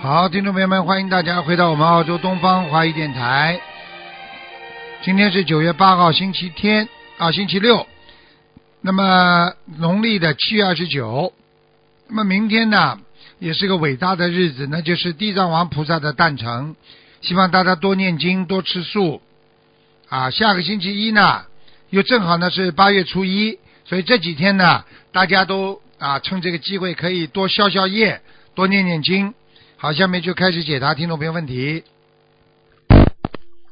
好，听众朋友们，欢迎大家回到我们澳洲东方华语电台。今天是九月八号，星期天啊，星期六。那么农历的七月二十九，那么明天呢，也是个伟大的日子，那就是地藏王菩萨的诞辰。希望大家多念经，多吃素。啊，下个星期一呢，又正好呢是八月初一，所以这几天呢，大家都啊趁这个机会可以多消消业，多念念经。好，下面就开始解答听众朋友问题。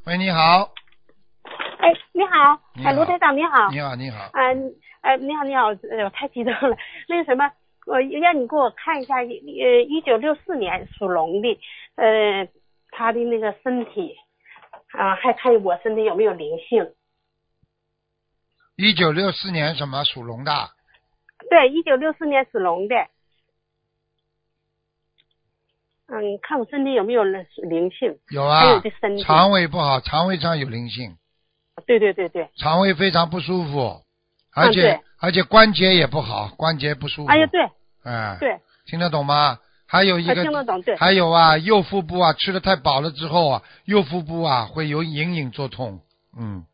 喂，你好，哎，你好，你哎，好卢台长你好，你好，你好，啊，你哎，你好，你好，呃，我太激动了。 那个什么，我让你给我看一下，呃，一九六四年属龙的，呃，他的那个身体，啊，还看我身体有没有灵性？一九六四年什么属龙的？对，一九六四年属龙的，嗯，看我身体有没有灵性，有还有啊这，身体，肠胃不好，肠胃上有灵性，对对对对，肠胃非常不舒服，而且、嗯对而且关节也不好，关节不舒服。哎呀，对哎，对，听得懂吗？还有一还听个，得懂，对，还有啊，右腹部啊，吃的太饱了之后啊，右腹部啊会有隐隐作痛，嗯。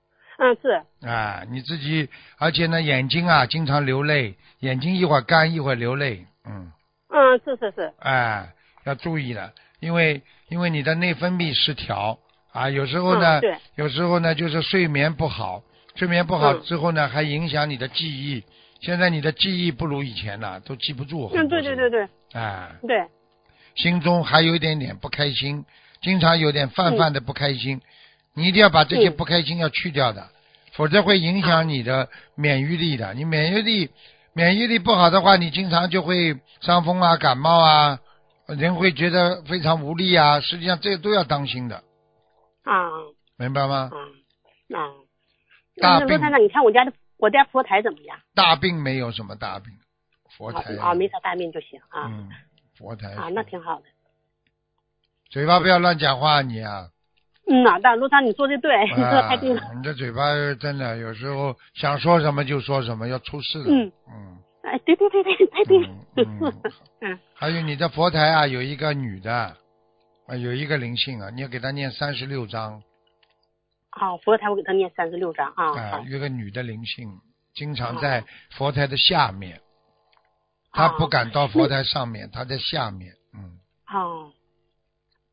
嗯是，啊，你自己，而且呢，眼睛啊经常流泪，眼睛一会儿干一会儿流泪，嗯，嗯是是是，哎，要注意了，因为因为你的内分泌失调啊，有时候呢，嗯对有时候呢就是睡眠不好，睡眠不好嗯之后呢，还影响你的记忆，现在你的记忆不如以前了，都记不住，嗯对对对，对啊，对，心中还有一点点不开心，经常有点泛泛的不开心，你一定要把这些嗯不开心要去掉的，否则会影响你的免疫力的。你免疫力免疫力不好的话，你经常就会伤风啊、感冒啊，人会觉得非常无力啊。实际上这都要当心的，啊。明白吗？啊啊，大那病罗台长，你看我家的我家佛台怎么样？大病没有什么大病，佛台啊，没啥大病就行啊、嗯，佛台啊，那挺好的。嘴巴不要乱讲话，你啊。嗯呐、但罗台长你说的对，你说的啊太 对了。，你这嘴巴真的有时候想说什么就说什么，要出事的。嗯嗯哎，对对对对，太对了。嗯嗯 嗯。还有你的佛台啊，有一个女的，啊有一个灵性啊，你要给她念三十六章好，佛台我给他念三十六章啊。啊，好有一个女的灵性，经常在佛台的下哦面，她啊不敢到佛台上面，她在下面。嗯，哦。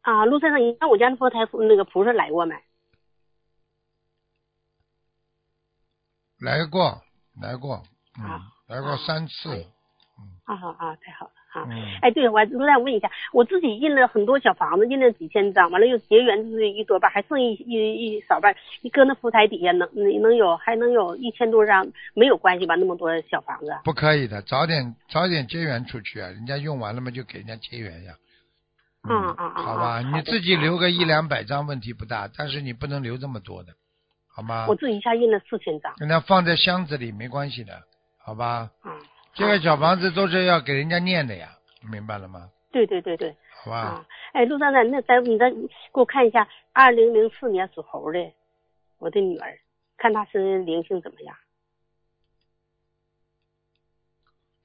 啊，陆先生，你看我家的佛台那个菩萨来过没？来过，来过，嗯啊，来过啊三次。啊啊，太好了啊！嗯 哎，对，我还陆台长问一下，我自己印了很多小房子，印了几千张，完了又结缘就是一多半，还剩一一一少半，你搁那佛台底下能能能有还能有一千多张，没有关系吧？那么多小房子，不可以的，早点早点结缘出去啊！人家用完了嘛，就给人家结缘呀。嗯嗯嗯好吧，嗯你好的自己留个一两百张问题不大，但是你不能留这么多的，好吗我？自己一下印了四千张给它放在箱子里没关系的，好吧？啊。这个小房子都是要给人家念的呀，明白了吗？对对对对好吧，啊！哎，陆站长，那再你再给我看一下，二零零四年属猴的，我的女儿，看她身上灵性怎么样？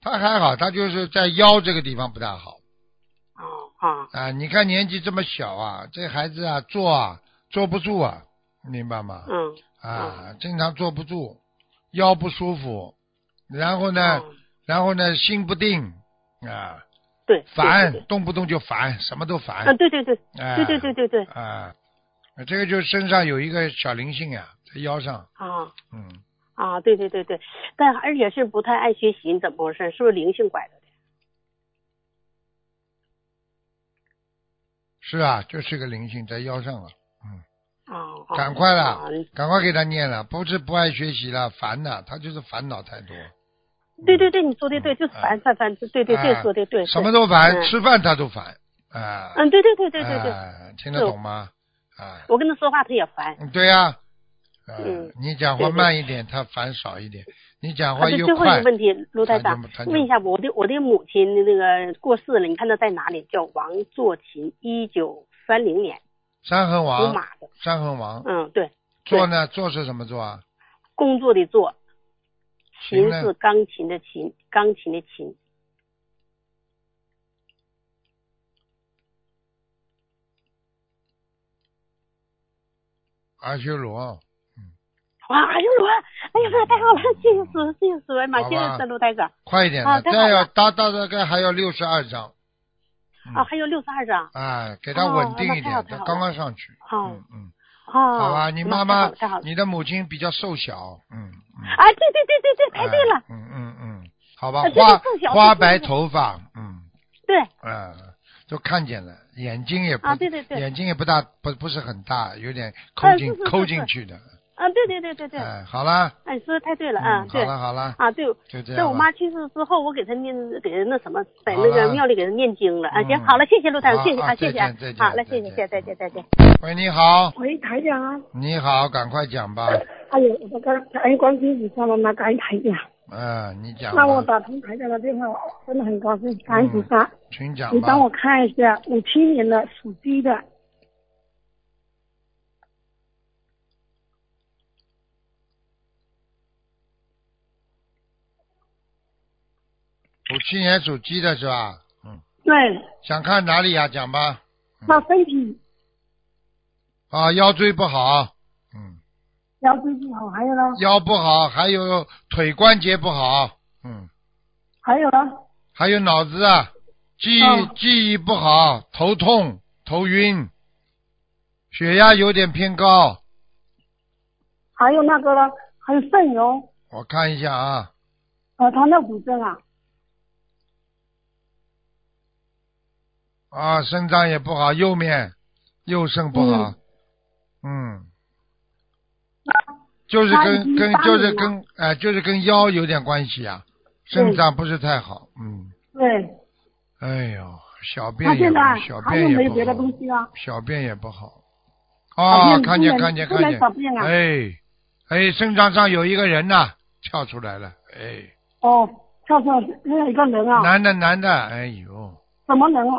他还好，他就是在腰这个地方不大好哦啊啊。你看年纪这么小啊，这孩子啊坐啊坐不住啊，明白吗？嗯啊，经常坐不住，腰不舒服，然后呢，嗯然后呢，心不定啊，对烦，对对动不动就烦，什么都烦，啊对对对哎对对对对对啊，这个就是身上有一个小灵性呀、在腰上，啊。嗯，啊，对对对对，但而且是不太爱学习，你怎么回事？是不是灵性拐的？是啊，就是个灵性在腰上了，啊，赶快了，啊赶快给他念了，不是不爱学习了，烦呐，他就是烦恼太多，对对对，你说的对，就是嗯烦烦烦，对对对哎，说的对，什是么都烦，嗯吃饭他都烦，啊，嗯，对对对对对对，哎听得是懂吗？啊，我跟他说话他也烦，嗯，对呀、呃嗯你讲对话对慢一点，他烦少一点；你讲啊，话对，又最后一快个，问题，卢台长团结团，结问一下我的我的母亲的那个过世了，你看她在哪里？叫王作琴，一九三零年三横属王，马的，三横王，嗯，对，坐呢？坐是什么坐啊？工作的作，琴琴呢是钢琴的琴，钢琴的琴，阿修罗，哇，阿修啊罗，哎呀妈，太 好了，谢谢师傅，谢谢师傅，马好吧谢谢孙卢台长。快一点的，啊太好再要了大大大概还要六十二张，嗯啊，还有六十二张。哎，给他哦稳定一那太好点，太他好刚刚上去，哦嗯嗯，哦，好吧，你妈那太好妈了太好，了。你的母亲比较瘦小，嗯嗯，啊，对对对对对，太对了哎，嗯嗯嗯，好吧啊，这个花瘦小花这个白瘦小头发，嗯，对啊，都看见了，眼睛也不啊，对对对，眼睛也不大，不不是很大，有点嗯抠是进是抠是进是去的。啊，对对对对对，哎，好啦，哎，你说的太对了，嗯，啊，好对，了好了，啊，对，就这样在吧。我妈去世之后，我给她念，给她那什么，在好那个了庙里给她念经了。啊，行嗯，好了，谢谢陆太好长，谢谢啊啊，谢再谢啊见再，见好了，再谢谢，见谢谢，再见，再见。喂，你好，喂，台长，你好，赶快讲吧。啊哎呦，我刚哎，关心你上了那感恩台长，嗯，你讲吧那，我打通台长的电话，我真的很高兴，感恩菩萨。请讲你吧。帮我看一下，五七年的属鸡的，五七年属鸡的是吧？嗯，对，想看哪里呀、讲吧。那身体啊，腰椎不好，嗯，腰椎不好，还有呢，腰不好，还有腿关节不好，嗯，还有呢，还有脑子啊，记忆、哦记忆不好，头痛、头晕，血压有点偏高。还有那个呢，还有肾油，我看一下啊，呃，糖尿病症啊，啊，肾脏也不好，右面右肾不好，嗯，就是他跟已经跟八就是年了跟哎、就是跟腰有点关系啊，肾脏不是太好，嗯，对，哎呦，小他便也现不在小还有便没也有不别的好东，西啊？小便也不好，小啊，便看不见能看见不看能见，小便啊哎哎，肾脏上有一个人呐、跳出来了，哎，哦，跳跳那一个人啊，男的男的，哎呦，什么人啊？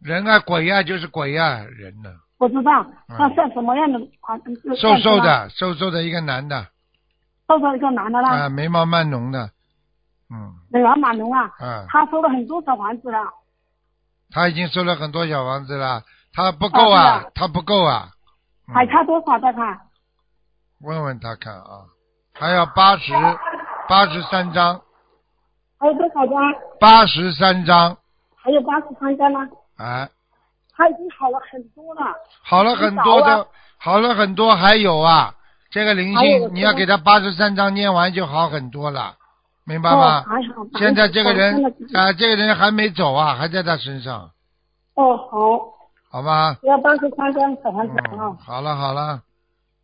人啊鬼呀、就是鬼呀、人呢、我知道，嗯那像什么样的啊？瘦瘦算是吗，的，瘦瘦的一个男的，瘦瘦一个男的啦，啊，眉毛蛮浓的，嗯那个马龙啊，啊，他收了很多小房子了，他已经收了很多小房子了，他不够啊啊是哎的，他不够啊，嗯还差多少再看？问问他看啊，还要八十，八十三张，还有多少张？八十三张，还有八十三张呢。哎，他已经好了很多了，好了很多很少的，好了很多，还有啊，这个灵还有性你要给他八十三张念完就好很多了，明白哦，吗？还好。现在这个人我真的啊、这个人还没走啊，还在他身上，哦，好，好吗？要八十三张小房子嗯，啊。好了好了，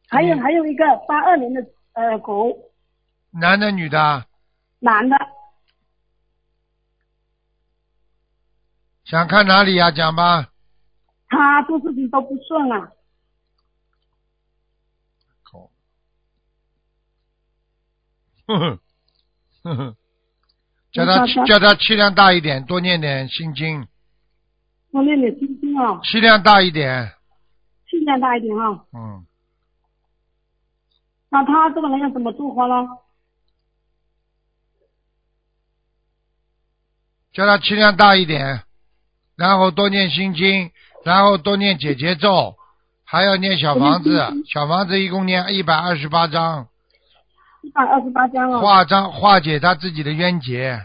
还有还有一个八二年的呃狗男的女的啊，男的，想看哪里呀、啊讲吧。 他做事情都不顺啊，口，哼哼，哼哼，叫他你说说叫他气量大一点，多念点心经，多练点心经啊，气量大一点，气量大一点啊。嗯，那他这个人要怎么做法呢？叫他气量大一点，然后多念心经，然后多念解结咒，还要念小房子，嗯小房子一共念一百二十八章，一百二十八张啊。化章化解他自己的冤结，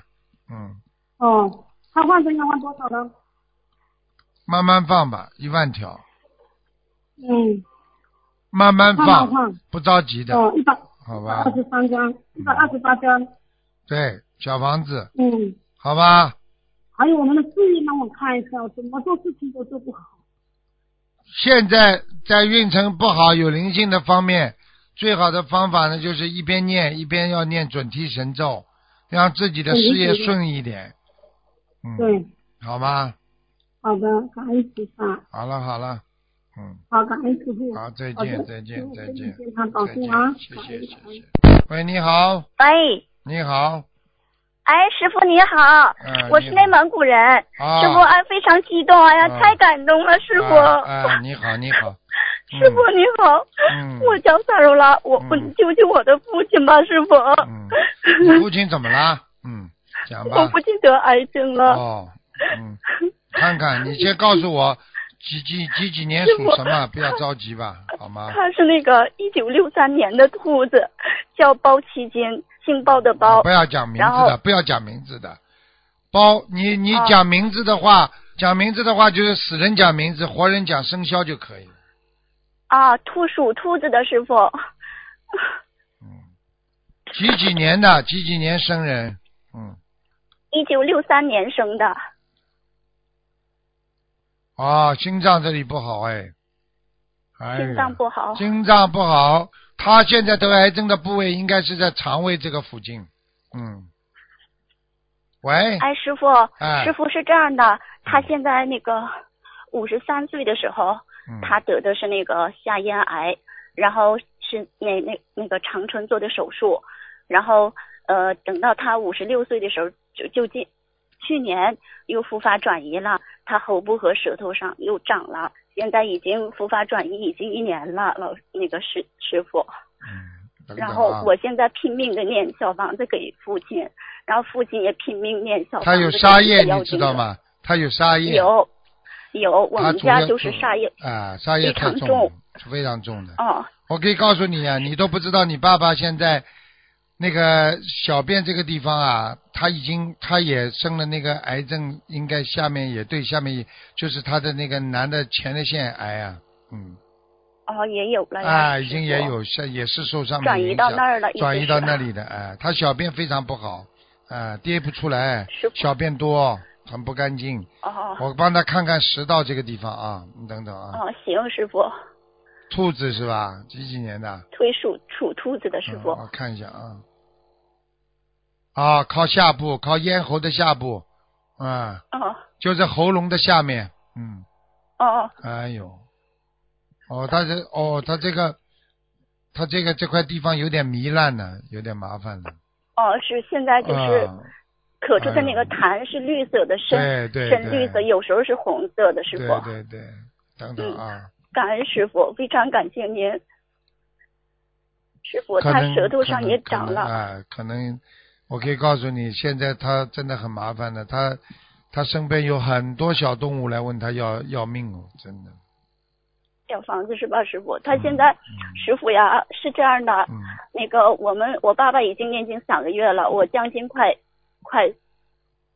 嗯，哦，他换成要换多少呢？慢慢放吧，一万条，嗯，慢慢慢慢放，换。不着急的，哦，一百好吧嗯二？十三张，一百二十八张。对，小房子，嗯，好吧？还有我们的事业，让我看一下，我怎么做事情都做不好。现在在运程不好、有灵性的方面，最好的方法呢，就是一边念一边要念准提神咒，让自己的事业顺一点。嗯，对，好吗？好的，感恩菩萨，好了好了，嗯，好，感恩师傅。好，再好见的再见祝再身体见健康，保再重啊见，！谢感谢恩谢感恩谢。喂，你好，喂，你好，哎，师傅你好，嗯，我是你好内蒙古人，啊，师傅哎非常激动，哎呀、啊太感动了，师傅， 啊啊，你好你好，师傅你好，嗯，我叫萨柔拉，我我嗯救救我的父亲吧，师傅， 嗯，嗯，你父亲怎么啦？嗯，讲吧。哦我父亲得癌症了，哦，嗯，看看，你先告诉我，几几几几年师属傅什么？不要着急吧，好 吗？他是那个一九六三年的兔子，叫包七金，姓包的包不。要讲名字然的，后不要讲名字的。包，你你啊讲名字的话，讲名字的话就是死人讲名字，活人讲生肖就可以了。啊，兔属兔子的师傅，几几年的？几几年生人？嗯，一九六三年生的。哦，心脏这里不好哎，哎呀心脏不好心脏不好，他现在得癌症的部位应该是在肠胃这个附近。嗯，喂，哎，师傅，哎师傅是这样的，他现在那个五十三岁的时候，嗯他得的是那个下咽癌，然后是那那那个长春做的手术，然后呃，等到他五十六岁的时候，就就近去年又复发转移了，他喉部和舌头上又长了，现在已经复发转移已经一年了，老那个师师傅。等等然啊后我现在拼命的念小房子给父亲，然后父亲也拼命念小房子。他有沙叶，你知道？吗？他有沙叶，有，有，我他们主家要就是沙叶。啊，沙叶非太常重重了，是非常重的。哦，我可以告诉你啊，你都不知道你爸爸现在那个小便这个地方啊，他已经他也生了那个癌症，应该下面也对，下面也就是他的那个男的前列腺癌啊，嗯，哦，也有了呀。啊，师已傅经也。有下也是受上面转的移影到响那儿了，转已移经到是那。里的，哎、他小便非常不好，啊，憋不出来是，小便多，很不干净。哦我帮他看看食道这个地方啊，你等等啊，哦，行，师傅，兔子是吧？几几年的？推属属兔子的师嗯傅。我看一下啊。啊，靠下部，靠咽喉的下部，啊，哦就是喉咙的下面，嗯，哦哎呦，哦，他这，哦，他这个，他这个这块地方有点糜烂了，有点麻烦了，哦，是现在就是啊咳出哎的呦那个痰是绿色的，深对对深绿色，对，有时候是红色的，师傅。对对对，等嗯等啊，感恩师傅，非常感谢您。师傅，可他能舌头上也长可能可能了，哎，可能我可以告诉你，现在他真的很麻烦的，他他身边有很多小动物来问他要要命哦，真的。小房子是吧，师傅？他现在，师傅呀是这样的，嗯那个我们我爸爸已经念经三个月了，我将近快快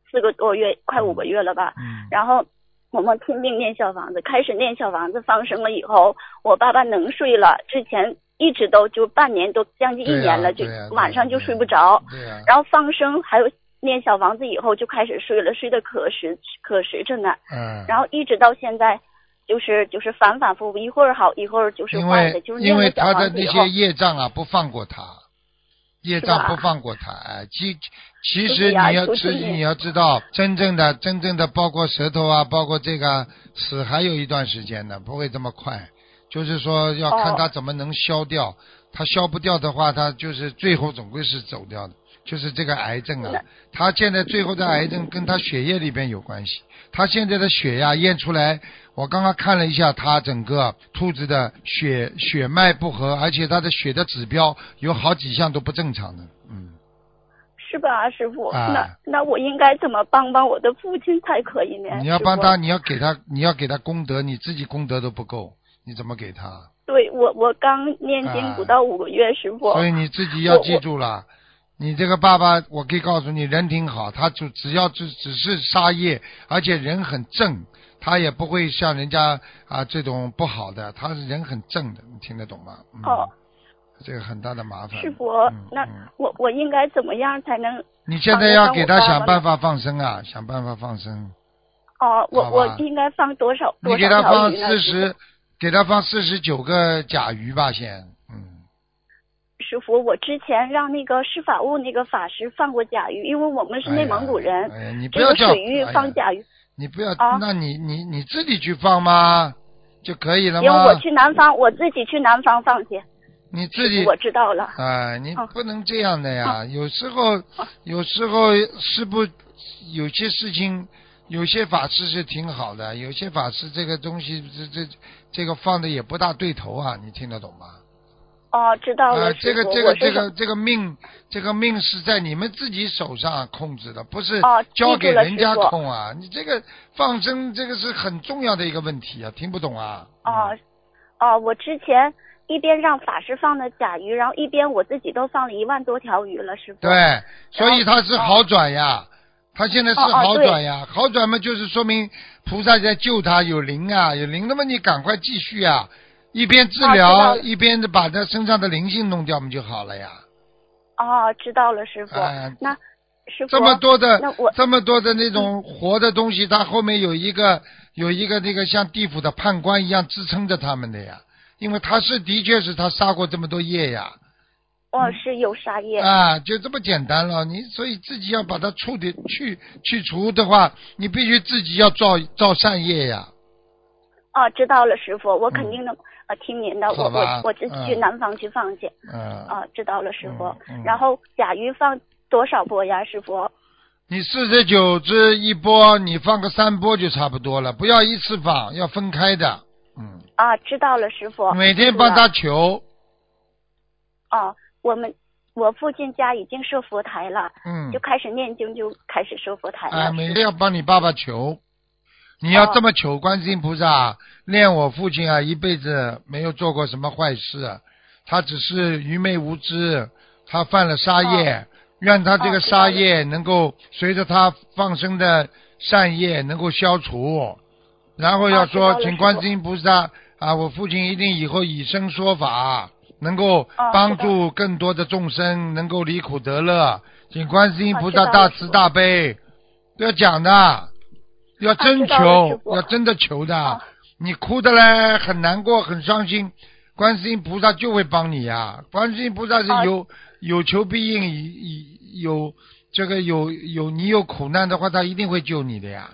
四个多月，快五个月了吧。嗯然后我们拼命念小房子，开始念小房子放生了以后，我爸爸能睡了，之前一直都就半年都将近一对呀年了，对呀对呀就晚上就对呀睡不着。对啊呀、然后放生还有念小房子以后就开始睡了，睡得可实可实诚了，嗯，然后一直到现在，就是就是反反复复，一会儿好一会儿就是因坏的，为就是因念为了小他的房子那以后些，业障啊，不放过他，业障是吧不放过他。哎，其其是实你呀要求其助实你你要知道，真正的真正的包括舌头啊，包括这个啊死还有一段时间呢，不会这么快。就是说要看哦他怎么能消掉，他消不掉的话，他就是最后总归是走掉的。就是这个癌症啊，他现在最后的癌症跟他血液里边有关系。他现在的血呀验出来，我刚刚看了一下他整个兔子的血血脉不和，而且他的血的指标有好几项都不正常的。嗯，是吧，师傅？啊那那我应该怎么帮帮我的父亲才可以呢？你要师帮傅他，，你要给他，你要给他功德，你自己功德都不够，你怎么给他？对我我刚念经啊不到五个月，师傅。所以你自己要我记住了，你这个爸爸，我可以告诉你，人挺好，他就只要只只是杀业，而且人很正，他也不会像人家啊这种不好的，他是人很正的，你听得懂吗？嗯、哦，这个很大的麻烦。师傅，嗯那嗯我我应该怎么样才能？你现在要给他帮想我爸办法放生啊，想办法放生。哦，我好吧我应该放多少你多给少他条放鱼呢？四师十，给他放四十九个甲鱼吧，先。嗯。师傅，我之前让那个施法务那个法师放过甲鱼，因为我们是内蒙古人，哎呀，哎呀你不这要个叫水域放甲鱼。你不要，啊那你你你自己去放吗？就可以了因为吗我？去南方，我自己去南方放去。你自己我知哦道了。啊、你哦不能这样的呀。有时候，有时候是不，有些事情，有些法师是挺好的，有些法师这个东西，这这这个放的也不大对头啊。你听得懂吗？哦，知道了，呃，师这个傅这我个是这想个这个命，这个命是在你们自己手上控制的，不是哦记交住给了人师家傅控啊。你这个放生，这个是很重要的一个问题啊，听不懂啊？哦，哦，我之前一边让法师放的甲鱼，然后一边我自己都放了一万多条鱼了，师傅。对，所以它是哦好转呀，它现在是哦哦好对转呀，好转嘛就是说明菩萨在救他，有灵啊，有灵，那么你赶快继续啊，一边治哦知疗、道了一边把他身上的灵性弄掉，我们就好了呀。哦，知道了，师傅。哎呀那师傅这么多的那我嗯这么多的那种活的东西，它后面有一个有一个那个像地府的判官一样支撑着他们的呀，因为他是的确是他杀过这么多业呀，哦是有沙叶。啊，就这么简单了。你所以自己要把它处理去去除的话，你必须自己要造造善业呀。哦，知道了，师傅，我嗯肯定能、呃听您的，好我吧我我自己去嗯南方去放去。嗯，哦，知道了，师傅。嗯嗯然后甲鱼放多少波呀，师傅？你四十九只一波，你放个三波就差不多了，不要一次放，要分开的。嗯，啊，知道了，师傅。每天是啊帮吧他求。哦，我们我附近家已经设佛台了，嗯就，开始念经，就开始设佛台了。啊，每天要帮你爸爸求。你要哦这么求观世音菩萨，念我父亲啊，一辈子没有做过什么坏事，啊他只是愚昧无知，他犯了杀业，愿他这个哦知道杀了业能够随着他放生的善业能够消除，然后要哦知说，道了请师观父世音菩萨啊，我父亲一定以后以身说法，能够哦帮知道助更多的众生能够离苦得乐，请观世音哦菩知萨道大了慈师父大悲，要讲的，要真知道了师求，父要真的求的。哦你哭的嘞，很难过，很伤心，观世音菩萨就会帮你呀、观世音菩萨是哦有、有求必应，以以有这个有有你有苦难的话，他一定会救你的呀，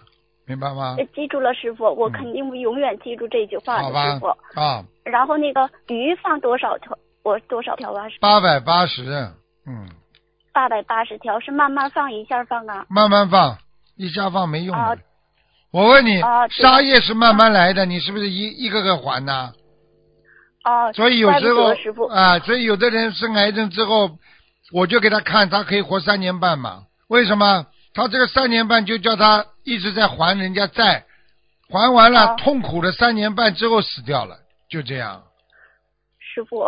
明白吗呃？记住了，师傅，我啊嗯肯定永远记住这句话好的，吧师傅。，啊，然后那个鱼放多少条？我多少条啊？是八百八十，嗯，八百八十条，是慢慢放一下放啊？慢慢放，一下放没用的。哦我问你，哦对沙叶是慢慢来的，你是不是一一个个还呢？哦，所以有时怪不候得师傅啊，所以有的人生癌症之后，我就给他看，他可以活三年半嘛？为什么？他这个三年半就叫他一直在还人家债，还完了、哦痛苦了三年半之后死掉了，就这样。师傅，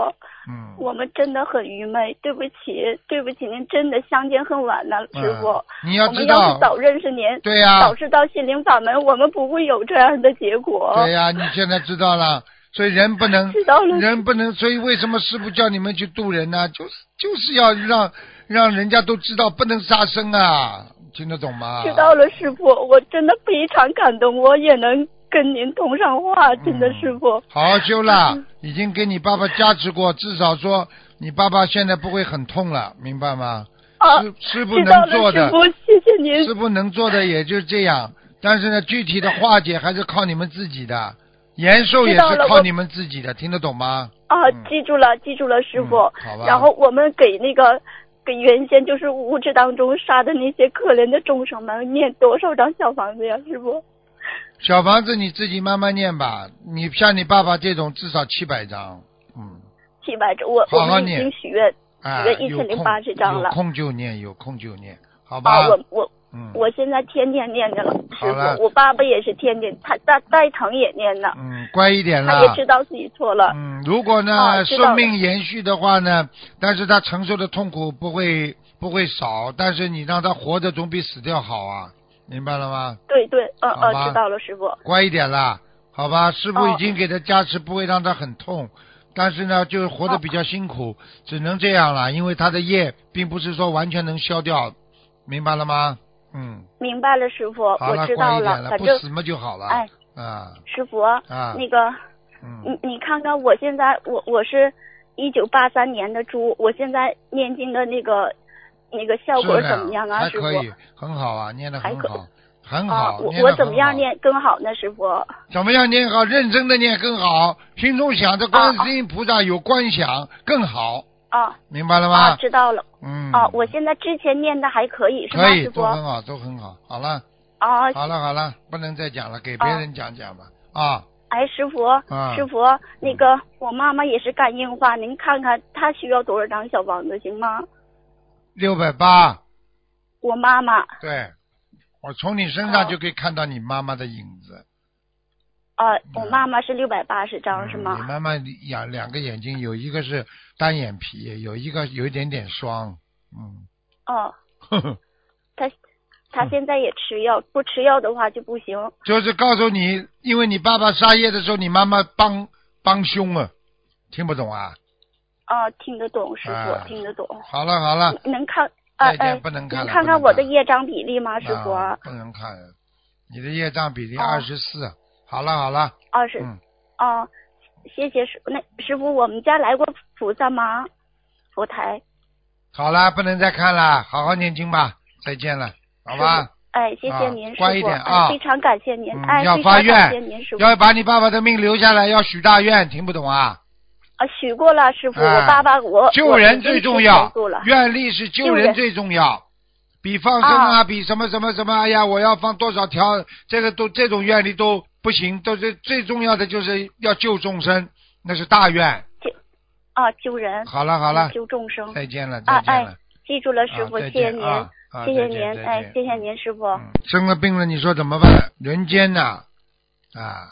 嗯，我们真的很愚昧，对不起，对不起，您真的相见恨晚呐，师傅。嗯你要我知们要道是，早认识您，对呀、早知道心灵法门，我们不会有这样的结果。对呀、你现在知道了，所以人不能知道了人不能，所以为什么师傅叫你们去渡人呢、就是就是要让让人家都知道不能杀生啊，听得懂吗？知道了，师傅，我真的非常感动，我也能跟您通上话，真的，嗯师傅。好好修啦，嗯已经给你爸爸加持过，至少说你爸爸现在不会很痛了，明白吗？啊，师师傅知道能了，做师的，傅，谢谢您师。傅能做的也就这样，但是呢，具体的化解还是靠你们自己的，延寿也知道是了靠我你们自己的，听得懂吗？啊嗯，记住了，记住了，师傅。嗯好吧然后我们给那个给原先就是无知当中杀的那些可怜的众生们念多少张小房子呀，师傅？小房子你自己慢慢念吧，你像你爸爸这种至少七百张，嗯，七百张，我好好我们已念经许愿啊，一个有空1080张了有空就念，有空就念，好吧啊，？我我嗯，我现在天天念着了，好师了傅，我爸爸也是天天，他大带疼也念呢，嗯，乖一点啦。他也知道自己错了。嗯，如果呢、啊知道生了命延续的话呢，但是他承受的痛苦不会不会少，但是你让他活着总比死掉好啊，明白了吗？对对，嗯好吧嗯，知道了，师傅。乖一点啦，好吧？师傅哦已经给他加持，不会让他很痛，但是呢，就是活得比较辛苦，只能这样了，因为他的业并不是说完全能消掉，明白了吗？嗯，明白了，师傅，好哦我了，知乖道一点反不正死嘛就好了。哎啊师傅，啊，那个嗯你你看看我现在，我我是一九八三年的猪，我现在念经的那个那个效果质怎量么样啊，还师傅？可以，很好啊，念的还很可好，很啊，好。我念得我很怎么样好？念更好呢，师傅？怎么样念好？认真的念更好，心中想着观世哦音菩萨有观想更好，啊明白了啊，吗？知道了。嗯。啊，我现在之前念的还可以，是吗可，以，师傅都？很好，都很好。好了，啊好了，好了，不能再讲了，给别人讲讲吧。啊，哎，师傅，啊师傅，那个我妈妈也是肝硬化，您看看她需要多少张小房子行吗？六百八，我妈妈对，我从你身上哦就可以看到你妈妈的影子。啊、我妈妈是六百八十张是嗯嗯你吗？妈妈两两个眼睛有一个是单眼皮，有一个有一点点双，嗯， 哦，呵呵，她嗯她现在也吃药，不吃药的话就不行。就是告诉你，因为你爸爸杀业的时候，你妈妈帮帮凶啊，听不懂啊？啊，听得懂，师傅、啊听得懂。好了好了，能看啊再见哎，不能看了能不看能看我看的业障比例吗，师傅？啊不能看，你的业障比例哦二十四，好了好了，二十嗯，哦，谢谢师那师傅，我们家来过菩萨吗？佛台，好了，不能再看了，好好念经吧，再见了，好吧？哎，谢谢啊您，乖师一傅，点啊哎非常感谢您，嗯哎，要非发常感谢愿您，师，傅。要把你爸爸的命留下来，要许大愿，听不懂啊？啊，许过了，师傅，哎我爸爸我救人最重要做了，，愿力是救救人人最重要。比放生啊，比什么什么什么，哎呀，我要放多少条，这个都这种愿力都不行，都是最重要的就是要救众生，那是大愿。啊，救人，好了好了，救众生，再见了再啊见哎了，记住了，师啊傅，再谢见谢您，啊啊谢谢再见您，再哎见，谢谢您，师傅，嗯生了病了，你说怎么办？人间呐、啊，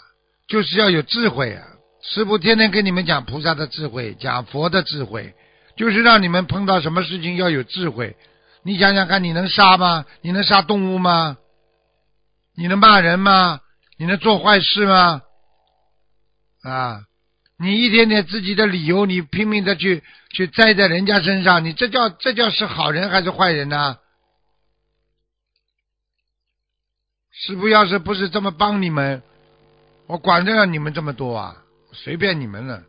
就是要有智慧啊！师傅天天跟你们讲菩萨的智慧，讲佛的智慧，就是让你们碰到什么事情要有智慧。你想想看，你能杀吗？你能杀动物吗？你能骂人吗？你能做坏事吗？啊！你一点点自己的理由，你拼命的去去栽在人家身上，你这叫这叫是好人还是坏人呢、师傅要是不是这么帮你们，我管得了你们这么多啊？随便你们了。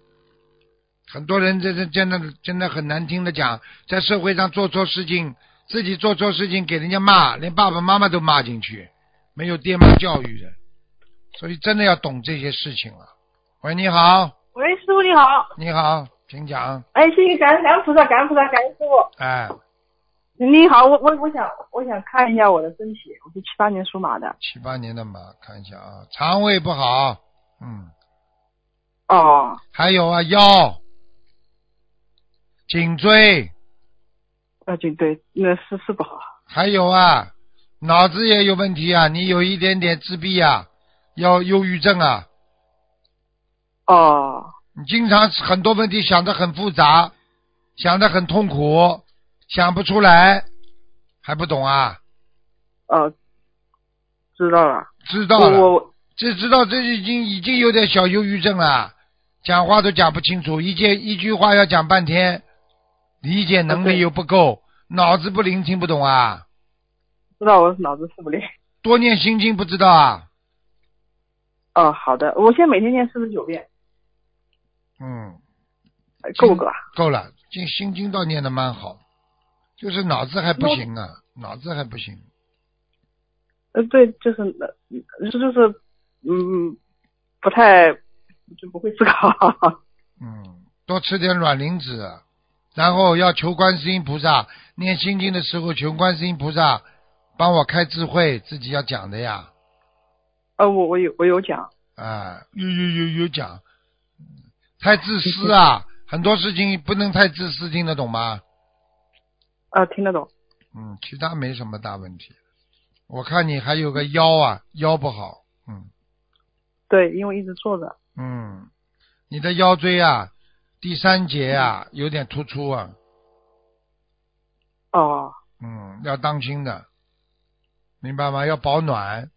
很多人这这真的真的很难听的讲，在社会上做错事情，自己做错事情给人家骂，连爸爸妈妈都骂进去，没有爹妈教育的，所以真的要懂这些事情了。喂，你好，喂，师傅你好，你好，请讲，哎，谢谢感恩感恩菩萨，感恩菩萨，感恩师傅。哎，你好，我我我想我想看一下我的身体，我是七八年属马的。七八年的马，看一下啊，肠胃不好，嗯，哦，还有啊腰、颈椎，那就对，那是是不好。还有啊，脑子也有问题啊，你有一点点自闭啊，要忧郁症啊，哦，你经常很多问题想得很复杂，想得很痛苦，想不出来，还不懂啊？哦，知道了。知道了，我我这知道这已经已经有点小忧郁症了，讲话都讲不清楚，一件一句话要讲半天，理解能啊力对又不够，脑子不灵，听不懂啊？知道我脑子是不灵。多念心经不知道啊？哦，好的，我现在每天念四十九遍，嗯。呃够不够啊？够了，这心经倒念的蛮好，就是脑子还不行啊，脑子还不行。呃，对，就是呃，是就是嗯，不太就不会思考。 嗯，多吃点卵磷脂，啊然后要求观世音菩萨，念心经的时候求观世音菩萨帮我开智慧，自己要讲的呀。呃，我我有我有讲。啊，有有有有讲，太自私啊，很多事情不能太自私，听得懂吗？呃，听得懂。嗯，其他没什么大问题。我看你还有个腰啊，腰不好，嗯。对，因为一直坐着。嗯，你的腰椎啊，第三节啊，有点突出啊，哦，嗯，要当心的，明白吗？要保暖。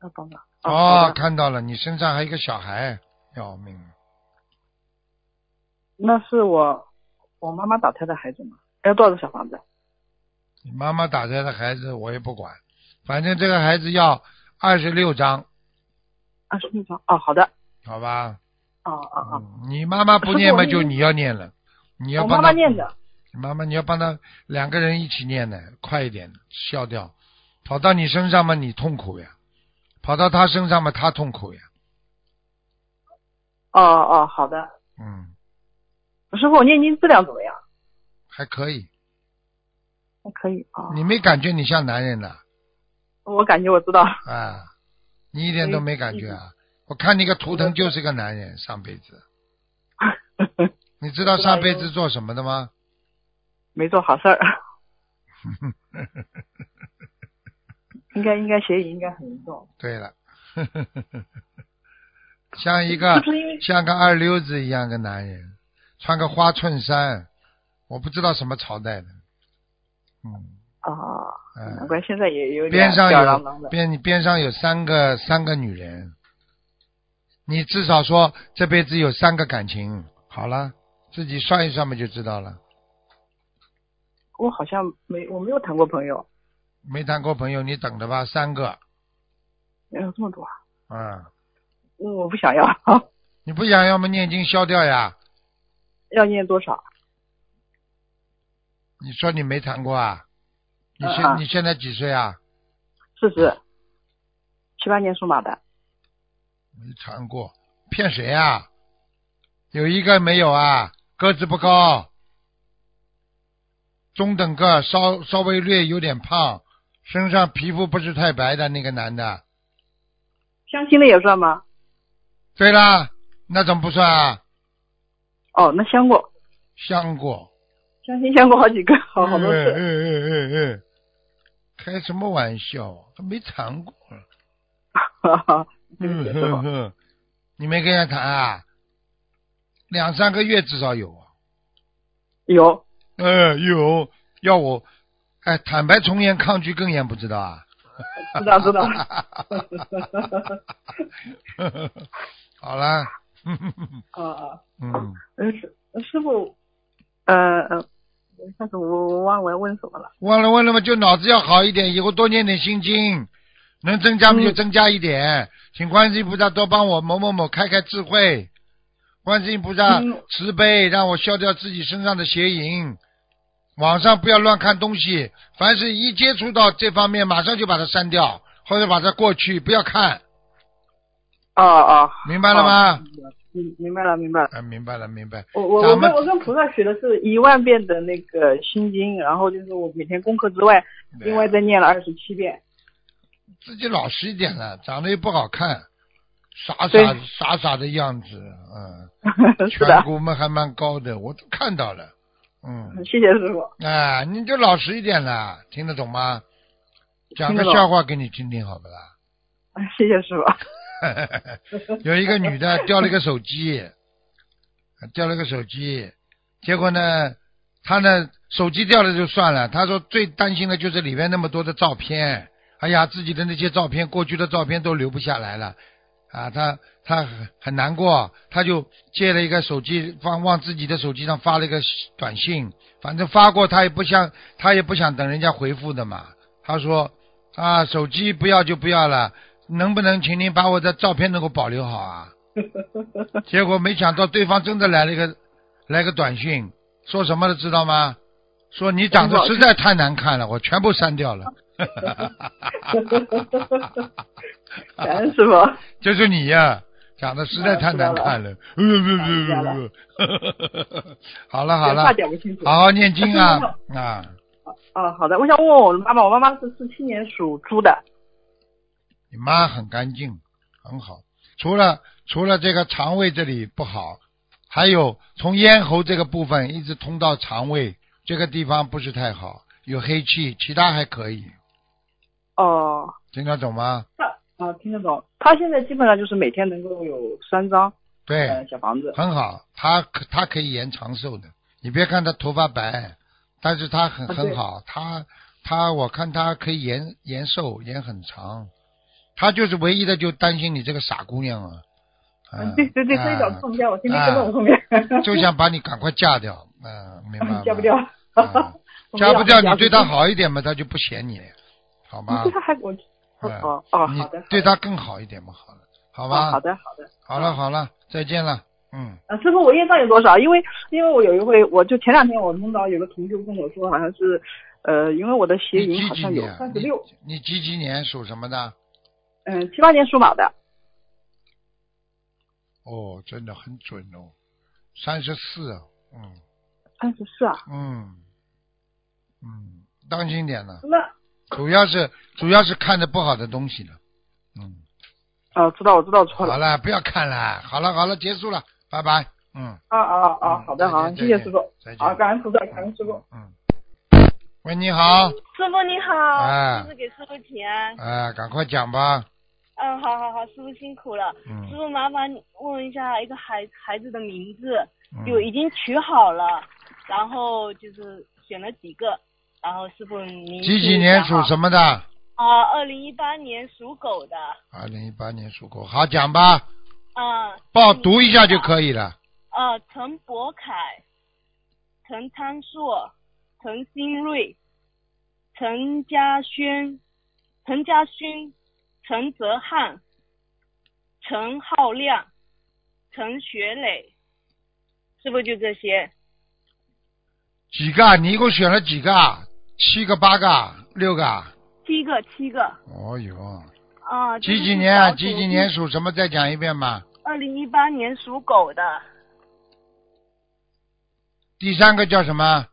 那懂了。好哦，的看到了，你身上还有一个小孩，要命！那是我我妈妈打胎的孩子吗？要多少个小房子？你妈妈打胎的孩子我也不管，反正这个孩子要二十六张，二十六张。哦，好的。好吧？哦哦哦，嗯，你妈妈不念嘛，就你要念了，你要我帮她妈妈念的。你妈妈你要帮她两个人一起念的，快一点，消掉。跑到你身上嘛，你痛苦呀；跑到她身上嘛，她痛苦呀。哦哦，好的。嗯，师傅，我念经质量怎么样？还可以。还可以啊、哦你没感觉你像男人呐？啊我感觉我知道。嗯啊，你一点都没感觉啊？我看那个图腾就是个男人，上辈子。你知道上辈子做什么的吗？ 没做好事 儿。应该应该协议应该很严重，对了， 像一个是不是因为像个二流子一样的男人，穿个花衬衫，我不知道什么朝代的，嗯，啊，难嗯，怪现在也有点边上吊儿郎当有的。边边上有三个三个女人，你至少说这辈子有三个感情，好了，自己算一算嘛就知道了。我好像没我没有谈过朋友，没谈过朋友，你等着吧，三个，哎呦这么多啊，嗯，嗯我不想要， 你不想要么念经消掉呀？要念多少？你说你没谈过啊？你现、嗯嗯你现在几岁啊？四十，七八年属马的，没谈过，骗谁啊？有一个没有啊？个子不高，中等个，稍稍微略有点胖，身上皮肤不是太白的那个男的。相亲的也算吗？对啦，那怎么不算啊？哦，那相过，相过，相亲相过好几个，好哦好多嗯嗯次。嗯嗯嗯，开什么玩笑？还没谈过。 哈哈，对不嗯起师哼傅哼，你没跟人家谈啊？两三个月至少有啊。有呃，有要我，哎，坦白从严，抗拒更严，不知道啊？ 知道知道。好啦，啊啊，嗯，呃师师傅，呃呃，上次我忘了我要问什么了。忘了问了嘛，就脑子要好一点，以后多念点心经，能增加嘛就增加一点，请观世音菩萨多帮我某某某开开智慧，观世音菩萨嗯慈悲，让我消掉自己身上的邪淫。网上不要乱看东西，凡是一接触到这方面，马上就把它删掉，或者把它过去，不要看，哦哦，明白了吗？明明白了明白了。啊，明白了，明白。我我咱我们跟我跟菩萨学的是一万遍的那个心经，然后就是我每天功课之外，另外再念了二十七遍。 自己老实一点了，长得又不好看，傻傻对傻傻的样子，嗯，是的颧，骨们还蛮高的，我都看到了，嗯， 谢谢师傅。啊，你就老实一点了，听得懂吗？讲听个得懂笑话给你听听，好不啦？ 哎谢谢师 傅。有一个女的掉了一个手机，掉了个手机，结果呢，她呢手机掉了就算了，她说最担心的就是里面那么多的照片，哎呀，自己的那些照片，过去的照片都留不下来了，啊，她她很很难过，她就借了一个手机放往自己的手机上发了一个短信，反正发过她也不想她也不想等人家回复的嘛，她说啊，手机不要就不要了。能不能请您把我的照片能够保留好啊？ 结果没想到对方真的来了一个来个短信，说什么了知道吗？说你长得实在太难看了，我全部删掉了。感恩师傅。就是你呀、长得实在太难看了。呃不不不不不， 好了好话了，讲不清楚。好好念经啊啊！啊，好的，我想问问我的妈妈，我妈妈是四七年属猪的。你妈很干净，很好。除了除了这个肠胃这里不好，还有从咽喉这个部分一直通到肠胃这个地方不是太好，有黑气，其他还可以，哦，听得懂吗？啊，听得懂。她现在基本上就是每天能够有三张对呃，小房子。很好，他可他可以延长寿的。你别看他头发白，但是他很啊对很好，他他我看他可以延延寿延很长。他就是唯一的就担心你这个傻姑娘啊，啊嗯，对对对，啊哎所以老师我们家，我天天跟在我后面，？嗯就想把你赶快嫁掉，嗯、明白吗 嫁不掉。 啊我嫁们要不掉，你对他，好一点嘛，他就不嫌你，好你吗 对？他还我嗯哦哦你好的，对他更好一点嘛，好了，好好吧？好，的好的。好了，好了，再见了，嗯，啊，师傅，我业障有多少？因为因为我有一回，我就前两天我梦到有个同学跟我说，好像是，呃，因为我的邪你淫几好几像有年三？十你六，你几几年属什么的？嗯，七八年属马的，哦，真的很准哦，三十四，嗯三十四啊。嗯嗯，当心点了，那主要是主要是看着不好的东西了，嗯，哦，知道我知道错了好。了，不要看了，好了好了，结束了，拜拜，嗯。啊啊啊！嗯好的，好，再谢见谢师傅再见。好，感恩师傅，感恩师傅。嗯。喂，你好，师傅你好，哎师傅给师傅请安。啊，赶快讲吧，嗯，好好好，师傅辛苦了。师嗯，傅麻烦问一下一个孩孩子的名字，嗯就已经取好了，然后就是选了几个，然后师傅您几几年属什么么？的？啊，二零一八年属狗的。二零一八年属狗，好讲吧，嗯。报读一下就以。可以了。呃，陈博凯、陈昌硕、陈新瑞、陈嘉轩、陈嘉勋、陈泽汉、陈浩亮、陈学磊，是不是就这些？几个啊？你一共选了几个啊？七个、八个啊、六个啊？七个，七个。哦哟，啊、这几个几是年啊？小几组几年？属什么？再讲一遍嘛。二零一八年属狗的第三个叫什么？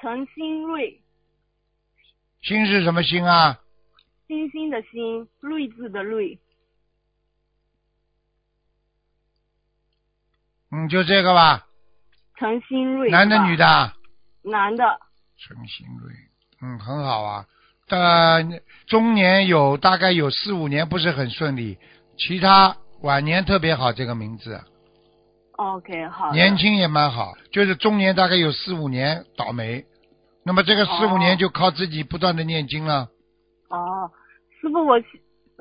陈新瑞，星是什么星啊？星星的星，睿智的睿。嗯，就这个吧。陈新瑞，男的女的？的啊？男的，陈新瑞，嗯，很好啊。但中年有大概有四五年不是很顺利，其他晚年特别好。这个名字，啊 OK，好的。年轻也蛮好，就是中年大概有四五年倒霉。那么这个四五年就靠自己不断的念经了。哦，师傅我，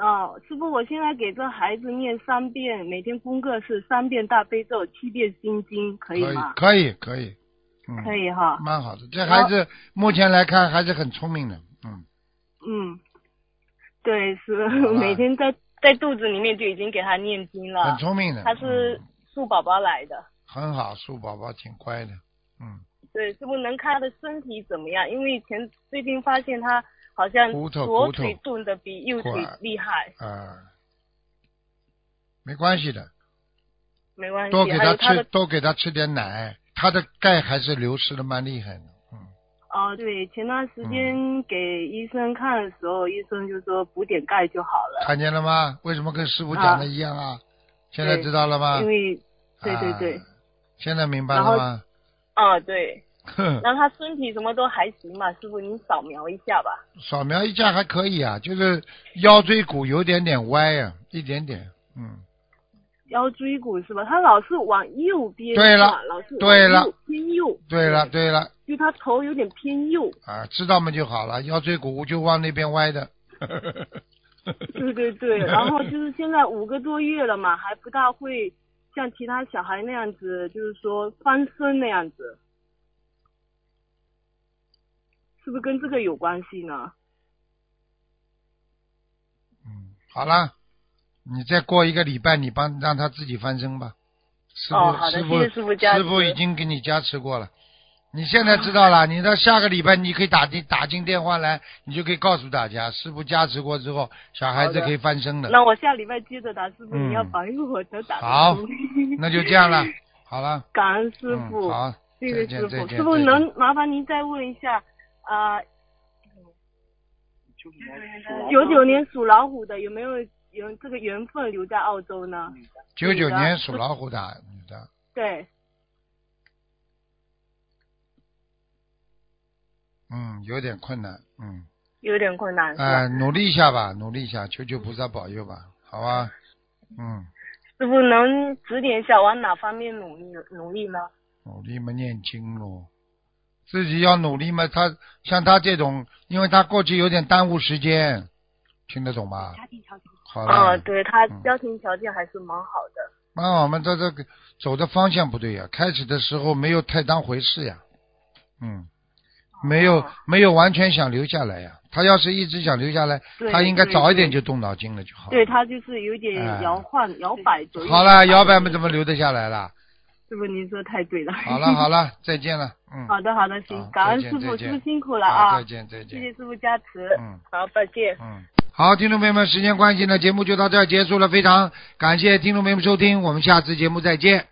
哦，师傅我现在给这孩子念三遍，每天功课是三遍大悲咒，七遍心经，可以吗？可以，可以，嗯，可以哈，蛮好的。这孩子目前来看还是很聪明的，嗯，嗯，对，是好了每天在在肚子里面就已经给他念经了很，聪明的。啊他是嗯树宝宝来的。很好，树宝宝挺乖的，嗯，对，师傅能看他的身体怎么样？因为以前最近发现他好像骨头左骨头腿动的比右腿快厉害，啊，没关系的，没关系。多给还有他吃的多给他吃点奶，他的钙还是流失的蛮厉害的，嗯，哦，对，前段时间给医生看的时候，医生就说补点钙就好了，看见了吗？为什么跟师傅讲的一样啊？现在对知道了吗因？为对对啊对，现在明白然后了吗？啊对，哼，然后他身体什么都还行嘛，师傅您扫描一下吧。扫描一下还可以啊，就是腰椎骨有点点歪啊，一点点，嗯。腰椎骨是吧？他老是往右边，对了是吧老是往对了右偏右，对了，对了，就他头有点偏右，啊，知道嘛就好了，腰椎骨就往那边歪的。 对对对，然后就是现在五个多月了嘛，还不大会像其他小孩那样子，就是说翻身那样子，是不是跟这个有关系呢？嗯，好了，你再过一个礼拜，你帮让他自己翻身吧。师傅，哦好的师傅谢谢师傅加持傅已经给你加持过了。你现在知道 了，你到下个礼拜你可以打进打进电话来，你就可以告诉大家，师傅加持过之后，小孩好子的可以翻身的。那我下礼拜接着打，师傅、嗯你要保佑我能打得好 通那就这样了，好了，感恩师嗯傅，好，谢再谢见师再傅。见师傅再见能麻烦您再问一下，啊、九九年属老虎的有没有有这个缘分留在澳洲呢？九九女的啊年属老虎的女的，对，嗯，有点困难，嗯，有点困难是吧？哎、努力一下吧，努力一下，求求菩萨保佑吧，好吧，嗯。师傅能指点一下往哪方面努力努力呢？努力嘛，念经咯，自己要努力嘛。他像他这种，因为他过去有点耽误时间，听得懂吗？好了，啊，对他嗯家庭条件还是蛮好的。那我们这这个走的方向不对呀、开始的时候没有太当回事呀、嗯，哦没有、没有完全想留下来呀、他要是一直想留下来，对他应该对早一对点就动脑筋了就好了。对他就是有点哎摇晃、摇摆左右。好了，摇摆嘛，怎怎么留得下来啦？师傅您说太 对了。好了好 了，再见了，嗯，好的好的，好行，感恩再见师傅，再见师傅辛苦了好，啊再，见再谢见谢，师傅加持，嗯。好，再见。嗯，好，听众朋友们，时间关系呢，节目就到这儿结束了。非常感谢听众朋友们收听，我们下次节目再见。